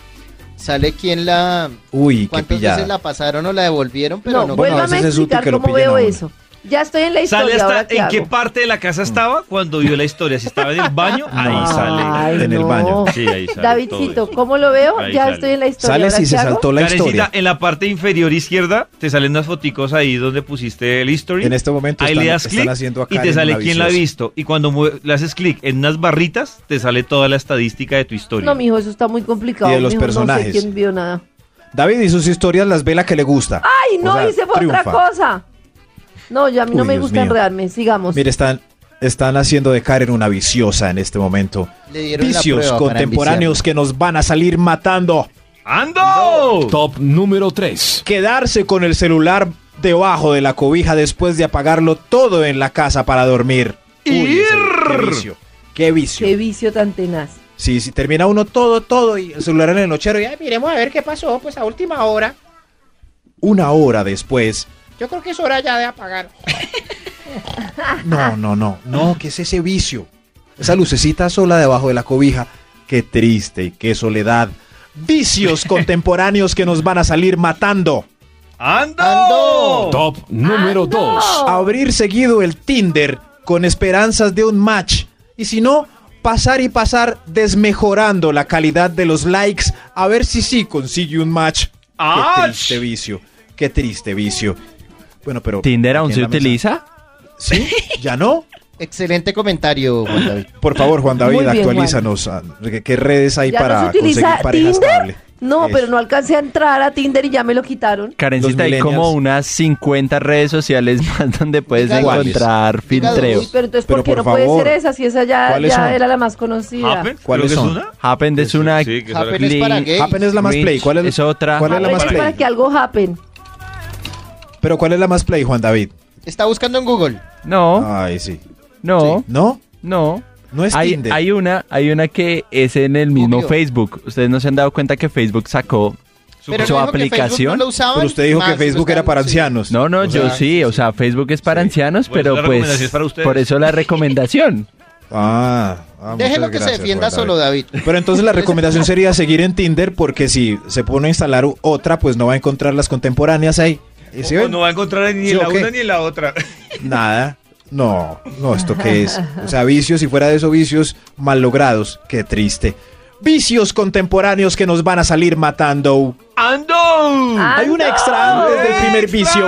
Speaker 4: sale quién la.
Speaker 5: Uy, qué
Speaker 4: ¿Cuántas veces
Speaker 5: pillada.
Speaker 4: la pasaron o la devolvieron? Pero
Speaker 6: no,
Speaker 4: no,
Speaker 5: bueno,
Speaker 6: vuélvame
Speaker 5: a
Speaker 6: a
Speaker 5: veces es útil
Speaker 6: explicar
Speaker 5: que lo
Speaker 6: cómo
Speaker 5: pillen a
Speaker 6: veo
Speaker 5: uno.
Speaker 6: eso. Ya estoy en la
Speaker 3: Sale
Speaker 6: historia,
Speaker 3: hasta
Speaker 6: ahora qué
Speaker 3: en qué
Speaker 6: hago?
Speaker 3: parte de la casa estaba cuando vio la historia. Si estaba en el baño, Ah. ahí sale.
Speaker 6: Ay,
Speaker 5: en el
Speaker 6: no.
Speaker 5: baño.
Speaker 3: Sí, ahí sale todo
Speaker 6: Davidcito,
Speaker 3: eso.
Speaker 6: ¿cómo lo veo?
Speaker 3: Ahí
Speaker 6: ya
Speaker 3: sale.
Speaker 6: estoy en la historia.
Speaker 5: Sale
Speaker 6: ¿ahora
Speaker 5: si
Speaker 6: qué
Speaker 5: se
Speaker 6: hago?
Speaker 5: saltó la
Speaker 3: Karencita,
Speaker 5: historia.
Speaker 3: en la parte inferior izquierda te salen unas foticos ahí donde pusiste el history.
Speaker 5: En este momento
Speaker 3: ahí
Speaker 5: están-
Speaker 3: le das
Speaker 5: están
Speaker 3: clic
Speaker 5: haciendo a
Speaker 3: y te
Speaker 5: Karen
Speaker 3: sale
Speaker 5: la
Speaker 3: quién la ha
Speaker 5: viciosa.
Speaker 3: visto. Y cuando mue- le haces clic en unas barritas, te sale toda la estadística de tu historia.
Speaker 6: No, mijo, eso está muy complicado.
Speaker 5: Y de los
Speaker 6: mijo,
Speaker 5: personajes.
Speaker 6: No sé quién vio nada.
Speaker 3: eh.
Speaker 5: David y sus historias las ve la que le gusta.
Speaker 6: ¡Ay, no!
Speaker 5: O sea,
Speaker 6: hice por
Speaker 5: triunfa.
Speaker 6: otra cosa. No, yo a mí no
Speaker 5: Uy,
Speaker 6: me
Speaker 5: Dios
Speaker 6: gusta
Speaker 5: mío.
Speaker 6: enredarme. Sigamos.
Speaker 5: Mire, están, están haciendo de Karen una viciosa en este momento.
Speaker 4: le dieron la
Speaker 5: Vicios
Speaker 4: prueba para
Speaker 5: contemporáneos que nos van a salir matando.
Speaker 3: ¡Ando!
Speaker 8: Top número 3.
Speaker 5: Quedarse con el celular debajo de la cobija después de apagarlo todo en la casa para dormir. Uy, ese- qué vicio. Qué vicio.
Speaker 6: Qué vicio tan tenaz.
Speaker 5: Sí, sí, termina uno todo, todo y el celular en el nochero y ay, mire,
Speaker 9: Eh, Miremos a ver qué pasó, pues a última hora.
Speaker 5: una hora después.
Speaker 9: Yo creo que es hora ya de apagar.
Speaker 5: No, no, no, no, ¿qué es ese vicio? Esa lucecita sola debajo de la cobija. Qué triste y qué soledad. Vicios contemporáneos que nos van a salir matando.
Speaker 3: ¡Ando!
Speaker 4: ¡Ando!
Speaker 8: Top número 2.
Speaker 6: Oh.
Speaker 5: abrir seguido el Tinder con esperanzas de un match. Y si no, pasar y pasar desmejorando la calidad de los likes a ver si sí consigue un match. Qué
Speaker 3: ¡Ach!
Speaker 5: triste vicio, qué triste vicio. Bueno, pero...
Speaker 7: ¿Tinder aún
Speaker 5: aquí
Speaker 7: se
Speaker 5: en la mesa-
Speaker 7: utiliza?
Speaker 5: Sí, ya no.
Speaker 4: Excelente comentario, Juan David.
Speaker 5: Por favor, Juan David,
Speaker 6: Muy bien,
Speaker 5: actualízanos a- qué- qué redes hay
Speaker 6: ¿Ya
Speaker 5: para
Speaker 6: no se utiliza
Speaker 5: conseguir pareja
Speaker 6: Tinder?
Speaker 5: estable.
Speaker 6: No,
Speaker 5: Eso.
Speaker 6: pero no alcancé a entrar a Tinder y ya me lo quitaron.
Speaker 7: Karencita,
Speaker 5: Los
Speaker 7: hay como
Speaker 5: millennials.
Speaker 7: unas 50 redes sociales <laughs> más donde puedes
Speaker 4: Diga
Speaker 5: cuáles.
Speaker 7: encontrar
Speaker 4: Diga dos.
Speaker 7: filtreo.
Speaker 6: Uy, pero entonces,
Speaker 5: Pero
Speaker 6: ¿por qué
Speaker 5: por
Speaker 6: no
Speaker 5: favor,
Speaker 6: puede ser esa? Si esa ya,
Speaker 5: ¿cuáles
Speaker 6: ya
Speaker 5: son?
Speaker 6: era la más conocida.
Speaker 3: ¿Happen?
Speaker 5: ¿Cuáles
Speaker 3: Creo que
Speaker 5: son?
Speaker 3: es una.
Speaker 7: Happen de una
Speaker 3: Sí, que es
Speaker 4: Happen
Speaker 3: una-
Speaker 4: es para
Speaker 7: Glee-
Speaker 4: gays.
Speaker 5: Happen es la más
Speaker 7: Rich
Speaker 5: play. ¿Cuál es,
Speaker 7: es otra.
Speaker 5: ¿Cuál es la
Speaker 6: Happen
Speaker 5: más
Speaker 6: es
Speaker 5: play?
Speaker 6: para que algo happen.
Speaker 5: Pero ¿cuál es la más play, Juan David?
Speaker 4: Está buscando en Google.
Speaker 7: No,
Speaker 5: Ay, Ah, sí.
Speaker 7: no,
Speaker 5: ¿No?
Speaker 7: no.
Speaker 5: No es
Speaker 7: Hay,
Speaker 5: Tinder.
Speaker 7: hay una, hay una que es en el mismo
Speaker 4: Obvio.
Speaker 7: Facebook. Ustedes no se han dado cuenta que Facebook sacó
Speaker 4: Pero
Speaker 7: su
Speaker 4: no dijo que Facebook no
Speaker 7: aplicación.
Speaker 4: lo usaban,
Speaker 5: Pero usted dijo
Speaker 4: más
Speaker 5: que
Speaker 4: lo
Speaker 5: Facebook era
Speaker 4: estaban-
Speaker 5: para
Speaker 4: sí.
Speaker 5: ancianos.
Speaker 7: No, no,
Speaker 5: O
Speaker 7: yo
Speaker 5: sea,
Speaker 7: sí, o sea, Facebook es para ancianos,
Speaker 3: Bueno, la
Speaker 7: pero
Speaker 3: recomendación
Speaker 7: pues
Speaker 3: es para ustedes.
Speaker 7: por eso la recomendación.
Speaker 5: Ah, ah,
Speaker 4: Déjelo
Speaker 5: muchas
Speaker 4: que
Speaker 5: gracias,
Speaker 4: se defienda
Speaker 5: Juan David.
Speaker 4: solo, David.
Speaker 5: Pero entonces la recomendación sería seguir en Tinder porque si se pone a instalar u- otra, pues no va a encontrar las contemporáneas ahí. ¿Y si
Speaker 3: O- o
Speaker 5: ven?
Speaker 3: Oh, no va a encontrar ni
Speaker 5: ¿Sí
Speaker 3: en
Speaker 5: o
Speaker 3: la
Speaker 5: qué?
Speaker 3: una ni en la otra. <laughs>
Speaker 5: Nada. No, no, ¿esto qué es? O sea, vicios, si fuera de esos vicios mal logrados, qué triste. Vicios contemporáneos que nos van a salir matando.
Speaker 3: ¡Ando!
Speaker 5: Hay un extra antes del primer vicio.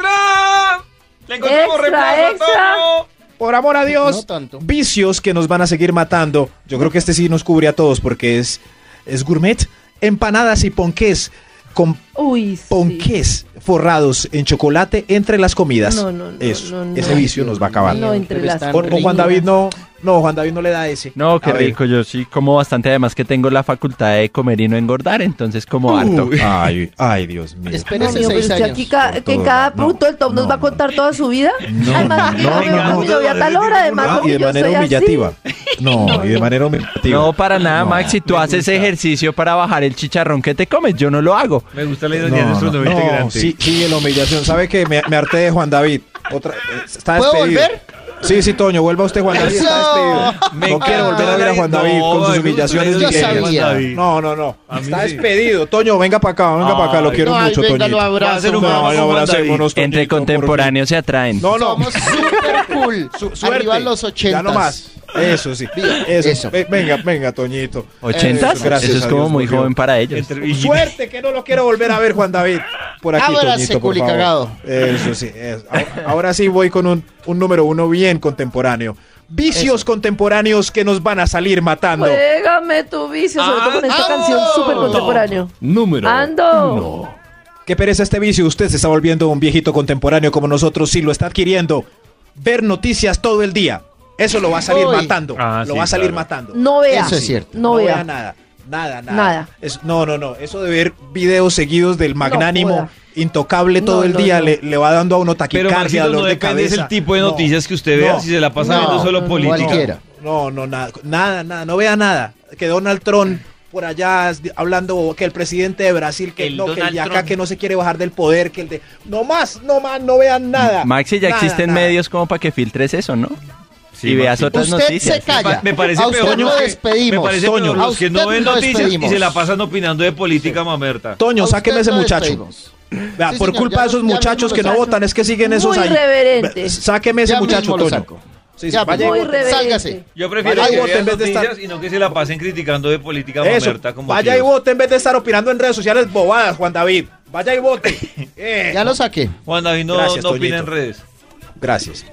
Speaker 3: ¡Extra! ¡Le encontramos
Speaker 6: Extra,
Speaker 3: reemplazo,
Speaker 6: extra.
Speaker 3: Antonio!
Speaker 5: Por amor a Dios,
Speaker 4: No tanto.
Speaker 5: vicios que nos van a seguir matando. Yo creo que este sí nos cubre a todos porque es, es gourmet, empanadas y ponqués con
Speaker 6: Uy, sí.
Speaker 5: ponqués forrados en chocolate entre las comidas.
Speaker 6: No, no, no,
Speaker 5: Eso,
Speaker 6: no, no.
Speaker 5: ese vicio nos va a acabar.
Speaker 6: No, entre
Speaker 4: Pero
Speaker 6: las
Speaker 4: están
Speaker 5: O- o Juan
Speaker 4: rico.
Speaker 5: David no, no, Juan David no le da ese.
Speaker 7: No, qué
Speaker 5: A ver.
Speaker 7: rico, yo sí como bastante, además que tengo la facultad de comer y no engordar, entonces como
Speaker 5: Uh,
Speaker 7: harto.
Speaker 5: Ay, ay, Dios mío.
Speaker 6: No,
Speaker 4: Espérese
Speaker 6: amigo, pero
Speaker 4: seis
Speaker 6: usted
Speaker 4: años.
Speaker 6: aquí ca-
Speaker 5: Por
Speaker 6: que en
Speaker 5: todo
Speaker 6: cada
Speaker 5: lado.
Speaker 6: punto del top
Speaker 5: No,
Speaker 6: nos va a
Speaker 5: no.
Speaker 6: contar toda su vida.
Speaker 5: No,
Speaker 6: además,
Speaker 5: no,
Speaker 6: que yo
Speaker 5: no,
Speaker 6: veo
Speaker 5: no.
Speaker 6: a mi novia a tal hora, además,
Speaker 5: Ah, y
Speaker 6: porque
Speaker 5: de
Speaker 6: yo
Speaker 5: manera
Speaker 6: soy así. <laughs>
Speaker 5: humillativa. No, y de manera humillativa.
Speaker 7: No, para nada,
Speaker 5: No,
Speaker 7: Maxi, tú
Speaker 5: me
Speaker 7: haces
Speaker 5: gusta.
Speaker 7: ejercicio para bajar el chicharrón que te comes, yo no lo hago.
Speaker 3: Me gusta la
Speaker 5: No,
Speaker 3: ironía de nuestro
Speaker 5: no,
Speaker 3: nuevo
Speaker 5: no,
Speaker 3: integrante.
Speaker 5: sí, sí, en la humillación. ¿Sabe qué? Me, me harté de Juan David. Otra, eh, está
Speaker 4: ¿Puedo
Speaker 5: despedido.
Speaker 4: volver?
Speaker 5: Sí, sí, Toño, vuelva usted, Juan David. Está
Speaker 4: Eso.
Speaker 5: despedido.
Speaker 3: Me
Speaker 5: no quiero
Speaker 4: encanta.
Speaker 5: volver a ver a Juan David
Speaker 3: No,
Speaker 5: con
Speaker 3: me
Speaker 5: sus
Speaker 3: gusta
Speaker 5: humillaciones
Speaker 3: la
Speaker 4: Yo
Speaker 3: ironía de
Speaker 5: diarias.
Speaker 4: sabía.
Speaker 3: Juan David.
Speaker 5: No, no, no.
Speaker 3: A mí
Speaker 5: Está
Speaker 3: sí.
Speaker 5: despedido. Toño, venga para acá, venga para acá. Lo
Speaker 3: Ay,
Speaker 5: quiero
Speaker 4: Ay,
Speaker 5: mucho,
Speaker 4: venga,
Speaker 5: Toño.
Speaker 4: lo abrazo.
Speaker 3: Hacer un
Speaker 5: No,
Speaker 3: abrazo,
Speaker 5: no,
Speaker 3: Juan
Speaker 5: abracémonos,
Speaker 7: Entre
Speaker 5: Toñito, por
Speaker 7: contemporáneos se atraen.
Speaker 5: fin. No, no.
Speaker 4: Somos super <laughs> cool.
Speaker 5: Su- suerte.
Speaker 4: Arriba los
Speaker 5: Ya
Speaker 4: ochentas.
Speaker 5: no más. Eso sí.
Speaker 4: Bien,
Speaker 5: Eso.
Speaker 4: eso.
Speaker 5: Ve- Venga, venga, Toñito.
Speaker 7: ¿Ochentas?
Speaker 5: Eso, Eh, gracias
Speaker 7: Eso es
Speaker 5: a
Speaker 7: como
Speaker 5: Dios,
Speaker 7: muy
Speaker 5: volvió.
Speaker 7: joven para ellos.
Speaker 3: Entre- y-
Speaker 5: Suerte que no lo quiero volver a ver, Juan David. Por aquí,
Speaker 4: Ábrase,
Speaker 5: Toñito, por favor.
Speaker 4: culicagado.
Speaker 5: Eso sí. eso. Ahora- <laughs> Ahora sí voy con un, un número uno bien contemporáneo. Vicios contemporáneos que nos van a salir matando.
Speaker 6: Juégame tu vicio, sobre todo con esta canción súper contemporáneo.
Speaker 8: Número
Speaker 6: Ando.
Speaker 8: uno.
Speaker 5: Qué pereza este vicio. Usted se está volviendo un viejito contemporáneo como nosotros sí lo está adquiriendo. Ver noticias todo el día. Eso lo va a salir
Speaker 4: Uy.
Speaker 5: matando.
Speaker 3: Ah,
Speaker 5: lo
Speaker 3: sí,
Speaker 5: va a salir
Speaker 3: claro.
Speaker 5: matando.
Speaker 6: No vea.
Speaker 4: Eso es cierto.
Speaker 6: No,
Speaker 5: vea.
Speaker 6: vea.
Speaker 5: nada. Nada, nada.
Speaker 6: Nada.
Speaker 5: Es- no, no, no. Eso de ver videos seguidos del magnánimo,
Speaker 6: joda.
Speaker 5: intocable todo
Speaker 6: No,
Speaker 5: el
Speaker 6: no,
Speaker 5: día,
Speaker 6: no.
Speaker 5: Le, le va dando a uno
Speaker 3: Pero
Speaker 5: taquicardia,
Speaker 3: Maxito,
Speaker 5: dolor
Speaker 3: no
Speaker 5: de
Speaker 3: depende
Speaker 5: cabeza.
Speaker 3: del tipo de
Speaker 5: No,
Speaker 3: noticias que usted vea,
Speaker 5: no,
Speaker 3: si se la pasa
Speaker 4: no,
Speaker 3: viendo solo
Speaker 6: no,
Speaker 3: política.
Speaker 4: cualquiera.
Speaker 5: No, no, nada, nada, nada. No vea nada. Que Donald Trump por allá es- hablando que el presidente de Brasil, que
Speaker 10: El
Speaker 5: no, que el de
Speaker 10: Donald
Speaker 5: acá,
Speaker 10: Trump.
Speaker 5: que no se quiere bajar del poder, que el de... No más, no más, no vean nada.
Speaker 7: Maxi, ya
Speaker 5: Nada,
Speaker 7: existen
Speaker 5: nada.
Speaker 7: medios como para que filtres eso, ¿no?
Speaker 3: Sí,
Speaker 7: y veas
Speaker 3: Maxito.
Speaker 7: otras
Speaker 4: Usted
Speaker 7: noticias.
Speaker 4: se calla.
Speaker 3: Me parece
Speaker 4: a usted
Speaker 3: peor
Speaker 4: lo
Speaker 3: que-
Speaker 4: despedimos.
Speaker 3: Me parece
Speaker 5: Toño.
Speaker 3: peor
Speaker 4: A
Speaker 3: los que no
Speaker 4: usted
Speaker 3: ven
Speaker 4: lo
Speaker 3: noticias y
Speaker 4: despedimos.
Speaker 3: se la pasan opinando de política, mamerta.
Speaker 5: Toño,
Speaker 4: A
Speaker 5: sáqueme ese
Speaker 4: usted lo
Speaker 5: muchacho.
Speaker 4: despedimos.
Speaker 5: Vea,
Speaker 4: Sí,
Speaker 5: por
Speaker 4: señor,
Speaker 5: culpa
Speaker 4: ya
Speaker 5: de esos
Speaker 4: mismo lo
Speaker 5: muchachos que no
Speaker 4: saco.
Speaker 5: votan, es que siguen esos
Speaker 6: Muy
Speaker 5: ahí.
Speaker 6: reverente.
Speaker 5: Ve- Sáqueme ese
Speaker 4: Ya
Speaker 5: muchacho,
Speaker 4: mismo lo
Speaker 5: Toño.
Speaker 4: saco.
Speaker 5: Sí, sí,
Speaker 4: Ya
Speaker 5: vaya y
Speaker 4: mismo.
Speaker 6: Muy
Speaker 5: vote.
Speaker 6: reverente.
Speaker 4: Sálgase.
Speaker 3: Yo prefiero
Speaker 5: Vaya y
Speaker 3: que
Speaker 5: vote
Speaker 3: vean
Speaker 5: en vez de
Speaker 3: noticias
Speaker 5: estar-
Speaker 3: y no que se la pasen criticando de política
Speaker 5: Eso.
Speaker 3: mamerta. Como
Speaker 5: Vaya y
Speaker 3: tíos.
Speaker 5: vote en vez de estar opinando en redes sociales bobadas, Juan David. Vaya y vote. Eh.
Speaker 4: <laughs> Ya lo saqué.
Speaker 3: Juan David no,
Speaker 5: Gracias,
Speaker 3: no opina
Speaker 5: Toñito.
Speaker 3: en redes.
Speaker 5: Gracias.